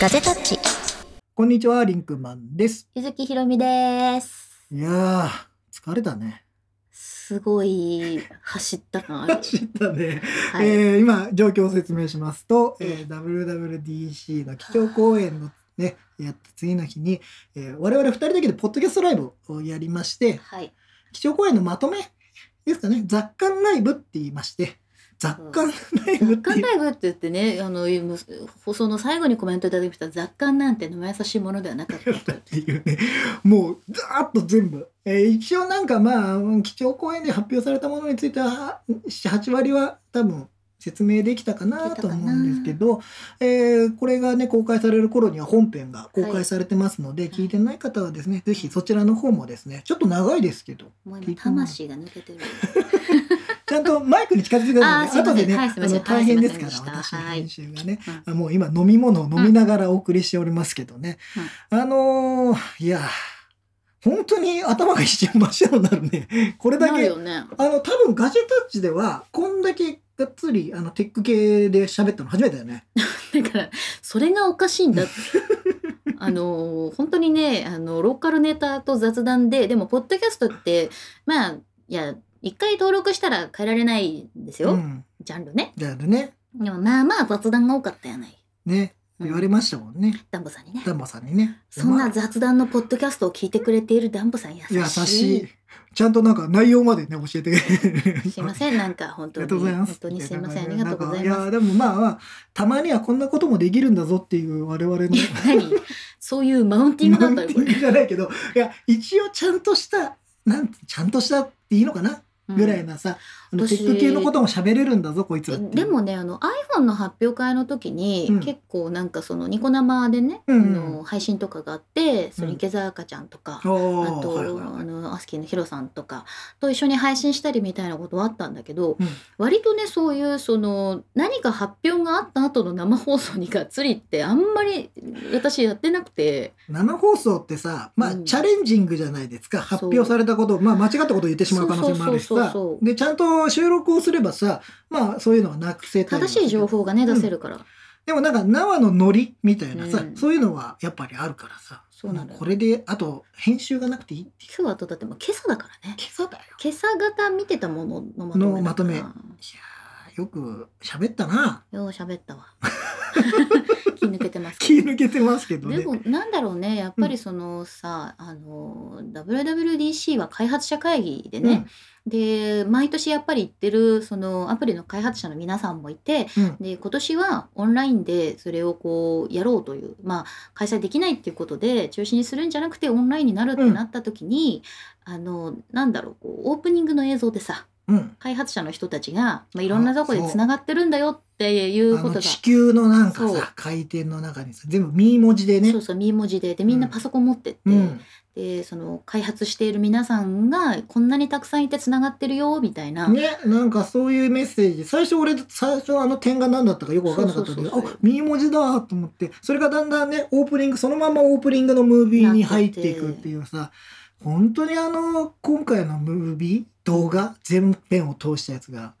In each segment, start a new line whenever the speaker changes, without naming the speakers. ガジェタッチ
こんにちは、リンクマンです。
ゆずきひろみです
いやー、疲れたね。
すごい走った感 ある、
走ったね。
はい
えー今、状況を説明しますと、え
う
ー WWDC の基調講演のね、やった次の日に、えー我々二人だけでポッドキャストライブをやりまして、
はい
基調講演のまとめですかね、雑感ライブって言いまして、雑感ライブ
雑
って
感
いう、
ライブって言ってねあの今放送の最後にコメントいただきました雑感なんて生優しいものでは なかった
だっていうね、もうざーっと全部、えー一応なんかまあうん基調講演で発表されたものについては78割は多分説明できたかなと思うんですけど、えーこれがね公開される頃には本編が公開されてますので、
い
聞いてない方はですね是非そちらの方もですねちょっと長いですけど
もう今魂が抜けて る
ちゃんとマイクに近づいてください
あーすいま
ね
せん
後でね、
はいすい
あ
ません
の大変ですから
はいすいませんでしたはい
私の編集がね、
うん
あもう今飲み物を飲みながらお送りしておりますけどね、あのーいやー本当に頭が一瞬真っ白になるね これだ
なる
け
よね
あの多分ガジェタッチではこんだけがっつりあのテック系で喋ったの初めてだよね
だからそれがおかしいんだ ってあの本当にねあのローカルネタと雑談ででもポッドキャストってまあいや一回登録したら変えられないんですよ、
うん
ジャンルね
だよね
でもまあまあ雑談が多かったやない、
ね
うん
言われましたもんね、
ダンボさんにね
ダンボさんにね
そん
ま
な
あ
雑談のポッドキャストを聞いてくれているダンボさん優しい
優しいちゃんとなんか内容までね教えてくれる
すいませ んなんか本
あ
当
り
に
がとうございます。
本当にすいませんあ
な
り
か
がとうござい
い
ま
や、でもまあまあ、たまにはこんなこともできるんだぞっていう 我々の。
す何そういうマウンティングだったよ これ、
じゃないけど、いや、一応ちゃんとした、なんてちゃんとしたっていいのかな、
うん
ぐらいなさ、あのテ
私
ック系のことも喋れるんだぞ、こいつらっていう。
でもねあの iPhone の発表会の時に、
うん
結構なんかそのニコ生でね、
うん
あの配信とかがあってその池澤赤ちゃんとか、
お
あ
ー、
と、
はいはいは
あ
い
のアスキーのヒロさんとかと一緒に配信したりみたいなことはあったんだけど、
うん
割とねそういうその何か発表があった後の生放送にがっつりってあんまり私やってなくて
生放送ってさ、まあ、
うん
チャレンジングじゃないですか発表されたことを、まあ、間違ったことを言ってしまう可能性もあるし
そうそうそうそ
さ
うそう
でちゃんと収録をすればさ、まあ、そういうのはなくせたりは
正
する
しい
けど
情報がね出せるから、
でもなんか生のノリみたいなさ、
うん
そういうのはやっぱりあるからさ
そうなのよ
もこれであと編集がなくていいっていう
今日はとだってもう今朝だからね
今朝だよ
今朝方見てたもののまとめだから
のまいやーよく喋ったな
よう喋ったわ気抜けてます
気
けど
抜けてますけどね
でもなんだろうねやっぱりそのさ、あの WWDC は開発者会議でね、で毎年やっぱり行ってるそのアプリの開発者の皆さんもいて
うんうん
で今年はオンラインでそれをこうやろうというまあ開催できないっていうことで中止にするんじゃなくてオンラインになるってなった時に、あのなんだろうこうオープニングの映像でさ
うん
開発者の人たちが、まあ、いろんなとこで
あそう
つながってるんだよっていう
あ
こと
の
が。
地球のなんか
そう
さ回転の中にさ全部ミー文字でね
そうそうミー文字ででみんなパソコン持ってって、
うん
でその開発している皆さんがこんなにたくさんいてつながってるよみたいな、
ね、なんかそういうメッセージ最初俺最初あの点が何だったかよく分かんなかったけ
そう
ど
そうそうそう
あミー文字だと思ってそれがだんだんねオープニングそのままオープニングのムービーに入っていくっていうさ本当にあの今回のムービー動画全編を通したやつが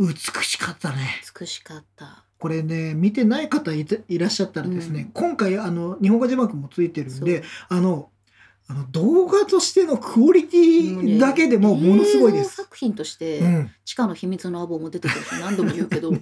美しかったね
美しかった
これね見てない方いていらっしゃったらですね、
うん
今回あの日本語字幕もついてるん
そう
であのあの動画としてのクオリティだけでもものすごいで
映像
す。
作品として、
うん
地下の秘密のアボも出てくるし何度も言うけど、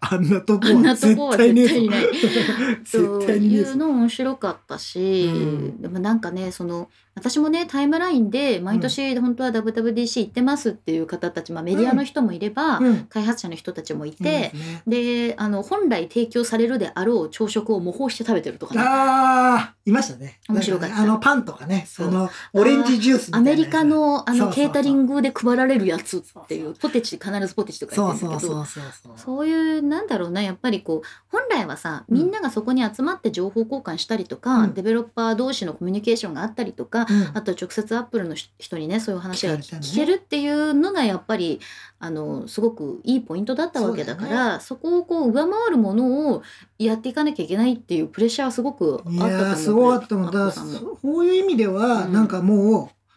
あんなとこ
あん
は
なと
絶
こは
対ね
絶対に
えぞ
ない。
絶対に
い
ねえ
う
ぞ。
の面白かったし、
うん
でもなんかねその私もねタイムラインで毎年本当は WWDC 行ってますっていう方たち、まあ、メディアの人もいれば、
うん
開発者の人たちもいて、
そうですね
であの本来提供されるであろう朝食を模倣して食べてるとかね
ああいましたね。
面白かった
なんねあのパンとかね、
そ
あ
う
のオレンジジュースみた
ア
いな
メ
やつ
リカ。のあの
そうそうそう
ケータリングで配られるやつっていうポテチ必ずポテチとか言
そ
っ
う
てるん
そ
だ
う
けど
そうそうそう。
そういうなんだろうなやっぱりこう本来はさ
うん
みんながそこに集まって情報交換したりとか、
うん
デベロッパー同士のコミュニケーションがあったりとか、
うん
あと直接アップルの人にねそういう話が
聞かれた
聞
ね
聞けるっていうのがやっぱりあのすごくいいポイントだったわけだからそこをこう上回るものをやっていかなきゃいけないっていうプレッシャーはすごくあっ
い
たと思う
やーすごかったもん
アッコ
だ。
さんも
そういう意味では、
うん
なんかもう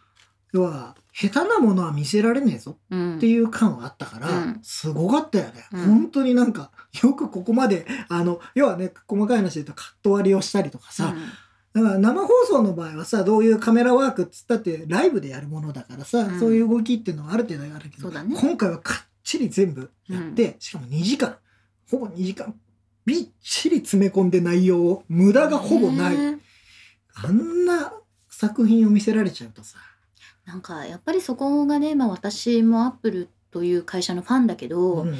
要は下手なものは見せられねえぞ
うん
っていう感はあったから、
うん
すごかったよね、
うん
本当になんかよくここまであの要はね細かい話で言うとカット割りをしたりとかさ、だから生放送の場合はさどういうカメラワークっつったってライブでやるものだからさ、
うん
そういう動きっていうのはある程度あるけ
そ
ど、
うだね
今回はかっちり全部やって、しかも2時間ほぼ2時間びっちり詰め込んで内容を無駄がほぼない、
ね
あんな作品を見せられちゃうとさ、
なんかやっぱりそこがね、まあ、私もアップルという会社のファンだけど、
うん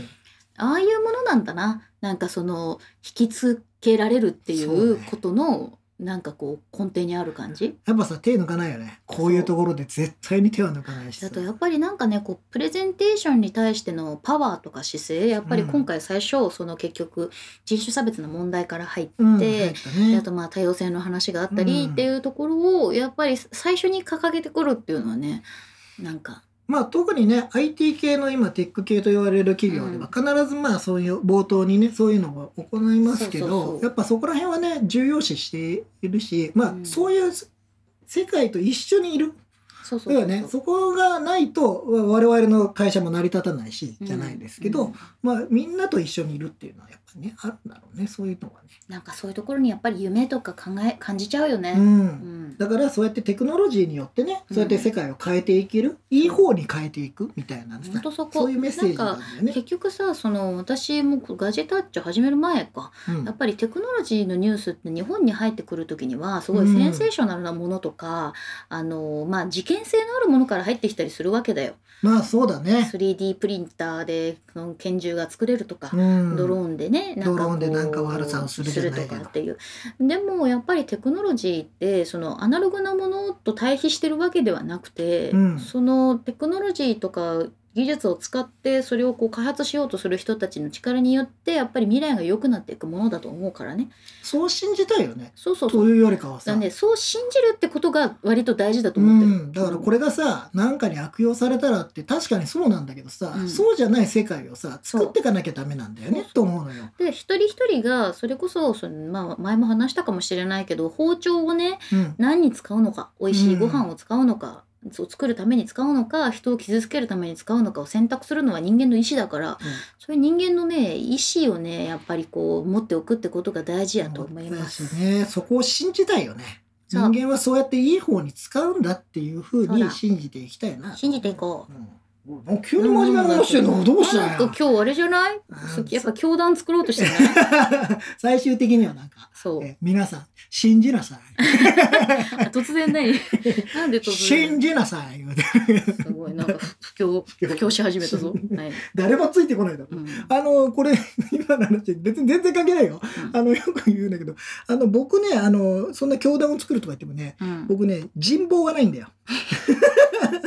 ああいうものなんだななんかその引きつけられるってい
そう
う
ね
ことのなんかこう根底にある感じ
やっぱさ手抜かないよねこういうところで絶対に手は抜かないしさ
だとやっぱりなんかねこうプレゼンテーションに対してのパワーとか姿勢やっぱり今回最初その結局人種差別の問題から入って、
うん入った
で
ね
あとまあ多様性の話があったり
うん
っていうところをやっぱり最初に掲げてくるっていうのはねなんか
まあ特にね IT 系の今テック系と言われる企業では必ずまあそういう冒頭にねそういうのを行いますけど
そうそうそう
やっぱそこら辺はね重要視しているしまあ
うん
そういう世界と一緒にいる
そうそう
だ
そう
からね
そう
そこがないと我々の会社も成り立たないしじゃないですけ
う
ど、
んうん
まあみんなと一緒にいるっていうのはやっぱねあるんだろうねそういうのはね。
なんかそういうところにやっぱり夢とか考え感じちゃうよ
う
ね。
ん
うん、
だからそうやってテクノロジーによってね、
うん
そうやって世界を変えていける、いい方に変えていくみたいなさ
ほんとそこ
そういうメッセージなんだよね
結。局さその私もガジェタッチ始める前か
うん
やっぱりテクノロジーのニュースって日本に入ってくる時にはすごいセンセーショナルなものとか、あのまあ、事件性のあるものから入ってきたりするわけだよ。
まあそうだね。
3D プリンターでその拳銃が作れるとか、
うん
ドローンでねなんかこう
ドローンでなんか悪さをするじゃないけど
とかっていうでもやっぱりテクノロジーってそのアナログなものと対比してるわけではなくて、
うん
そのテクノロジーとか技術を使ってそれをこう開発しようとする人たちの力によってやっぱり未来が良くなっていくものだと思うからね
そう信じたいよね。
そうそうそ
と
う
いうよりかは
な
さ。
んでそう信じるってことが割と大事だと
う
思ってる、
ん、だからこれがさ何かに悪用されたらって確かにそうなんだけどさ、
うん
そうじゃない世界をさ
そう
作っていかなきゃダメなんだよねと思うのよ。
で一人一人がそれこそその、まあ、前も話したかもしれないけど包丁をね
うん
何に使うのか美味し
う
い
ん
ご飯を使うのか、そう作るために使うのか人を傷つけるために使うのかを選択するのは人間の意思だから、そういう人間のね意思をねやっぱりこう持っておくってことが大事やと思います。
そうだしねそこを信じたいよね。
そう
人間はそうやっていい方に使うんだっていうふう
そう
に
だ
信じていきたいな。
信じていこう。
うん。もう急に真面目な話してるのどうしたん
な
や
んか今日あれじゃない
うん
やっぱ教団作ろうとしてない
最終的にはなんか、
そう。
え皆さん、信じなさい。
あ突然 何なんで突
信
然
じなさい。言うて
すごいなんか布教
教
布教し始めたぞ。はい。
誰もついてこないだろ
う。 ん
あの、これ、今の話、別に全然関係ないよ。
うん
あの、よく言うんだけど、あの、僕ね、あの、そんな教団を作るとか言ってもね、
うん
僕ね、人望がないんだよ。
何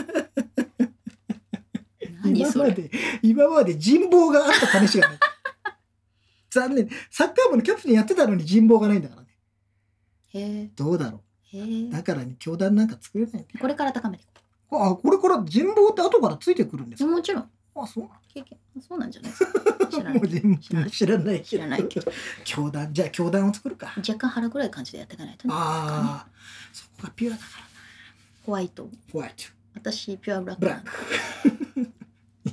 今
そ
ま
れ。
で、今まで人望があった話 がない。残念。サッカー部のキャプテンやってたのに人望がないんだからね。
へえ
どうだろ
へ
う。
え。
だからね、教団なんか作れないんだよ。
これから高めていこ
あ、これから人望って後からついてくるんです
う。
か
もちろん。
あ、そうな
経験そうなんじゃ ないですか知らな
のもう
い
全
知らな
部
い
知らないけ
知
ど
らないけど
教団、じゃあ教団を作るか。
若干腹黒い感じでやっていかないとね
ああ、そこがピュアだから。
ホワイト
ホワイト、
私ピュアブラック
ブ
な
ラ
ん
ッ
で
ク。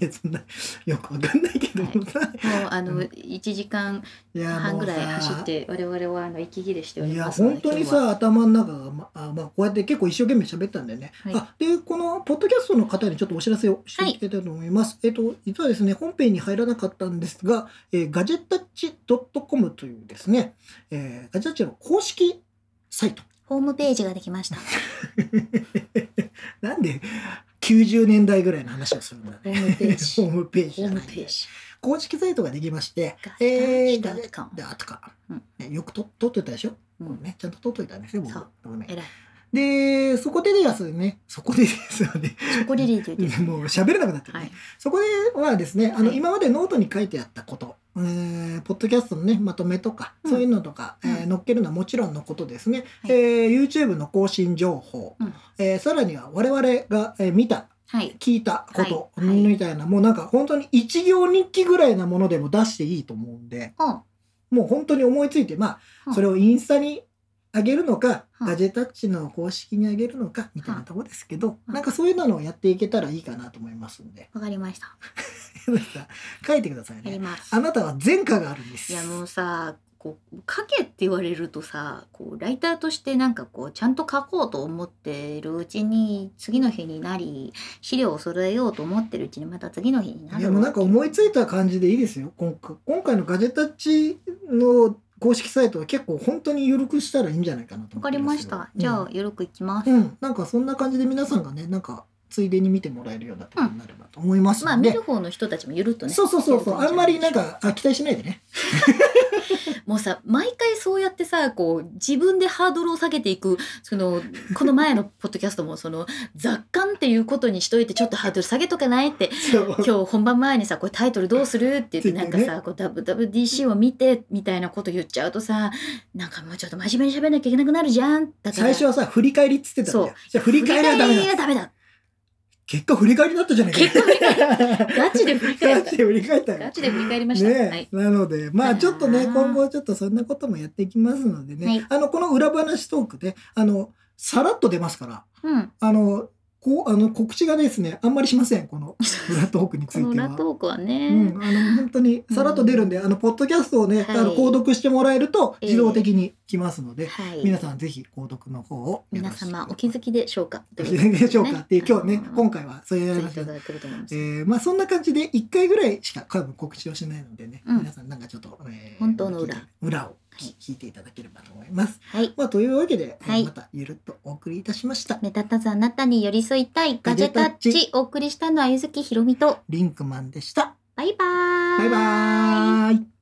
いや、そんな、よくわかんないけどもさ。
もうあの1時間
いや、
半ぐらい
もうさ
走って我々はあの息切れしており
いや
ますので
本当に
今日は
さ頭の中がまあ、まあ、こうやって結構一生懸命喋ったんだよね。
はい
あでこのポッドキャストの方にちょっとお知らせをしていきたいと思います。えっと実はですね本編に入らなかったんですが、えー、ガジェタッチ .com というですね、えーガジェタッチの公式サイト
ホームページができました
なんで90年代ぐらいの話をするんだね。
ホームページ
ホームページ
ホ
じゃ
ー
な
ム
い
ページ
公式サイトができまして、
ガジェ
ガ
タッ
ジ
チ
ェタ
.com
ッチ .com
うん、
ねよくと撮ってたでしょ、
うん
ね、ちゃんと撮っといたんですよ、僕
そう
僕ね
えらい
で、そこでですね、そこでですよね、
チョコリリーと言って
もう喋れなくなってるね、
はい
そこではですね、あの、
はい
今までノートに書いてあったこと、えーポッドキャストのね、まとめとか、
うん
そういうのとか、えー
うん
載っけるのはもちろんのことですね、
はい
えー YouTube の更新情報、
うん
えーさらには我々が、えー見た、
はい
聞いたこと、
はいはい
みたいな、もうなんか本当に一行日記ぐらいなものでも出していいと思うんで、
あ
もう本当に思いついて、ま
は
あ、
い
それをインスタに上げるのか、
はい
ガジェタッチの公式に上げるのか、みたいなとこですけど、
い
なんかそういうのをやっていけたらいいかなと思いますんで。
わかりました
江口さん書いてください
やり
ね。
ます
あなたは前科があるんです。
いやもうさこう書けって言われるとさこうライターとしてなんかこうちゃんと書こうと思ってるうちに次の日になり資料を揃えようと思ってるうちにまた次の日になる
いやもうなんか思いつ
い
いた感じでいいですよ。今回今回のガジェタッチの公式サイトは結構本当に緩くしたらいいんじゃないかなと
わ
思
か
って
り
ま
ますし
よ
た、じゃあよろくいきます、
うん、うんなんかそんな感じで皆さんがねなんかついでに見てもらえるようなことになればと思います
まあ
ので、
見る方の人たちもゆるっとね
そうそうそうそう
やる
あ
とい
ん
い
ま
じ
り
ゃな
ない
でし
ん
ょう
かあ期待しないでね。
もうさ毎回そうやってさこう自分でハードルを下げていくそのこの前のポッドキャストもその雑感っていうことにしといてちょっとハードル下げとかないって
そう
今日本番前にさこれタイトルどうするって言ってなんかさ、こう WWDC を見てみたいなこと言っちゃうとさなんかもうちょっと真面目に喋んなきゃいけなくなるじゃんだから
最初はさ振り返りっつってたんだ
そ
よ。じゃあ振り返りはダメ
振り返
だ。
りはダメだ
結果振り返りだったじゃないか。
結果振りガチで振り返っ
ガ
た
チで振り返ったよ。
ガチで振り返りました、
ね、
はい、
なのでま
は
あ
い
ちょっとね
はい
今後ちょっとそんなこともやっていきますのでね、
はい
あのこの裏話トークであのさらっと出ますから
うん
あのこうあの告知がですねあんまりしませんこの裏トークにつ
こ
い
の
て
ラ
は。
トークはね、
うん、あの本当にさらっと出るんで、あのポッドキャストをね、
はい
あの購読してもらえると
ええ
自動的に来ますので、
はい
皆さんぜひ購読の方をよろ
皆
しく
様お気づきでしょうか
お気づきでしょうかっていう今日ね、今
回
回はそういう
ツイ
話
ート
を
いただけると思います、
えーまあそんな感じで1回ぐらいしか多分告知をしないのでね、
うん
皆さんなんかちょっと、えー
本当の裏
裏を聞,、
はい
聞いていただければと思います。
はい
まあというわけで、えー
はい
またゆるっとお送りいたしました。
目立たずあなたに寄り添いたいガジェタッチ
ガジェタッ
お送りしたのはゆずきひろみと
リンクマンでした。
バイバー
バイバーイ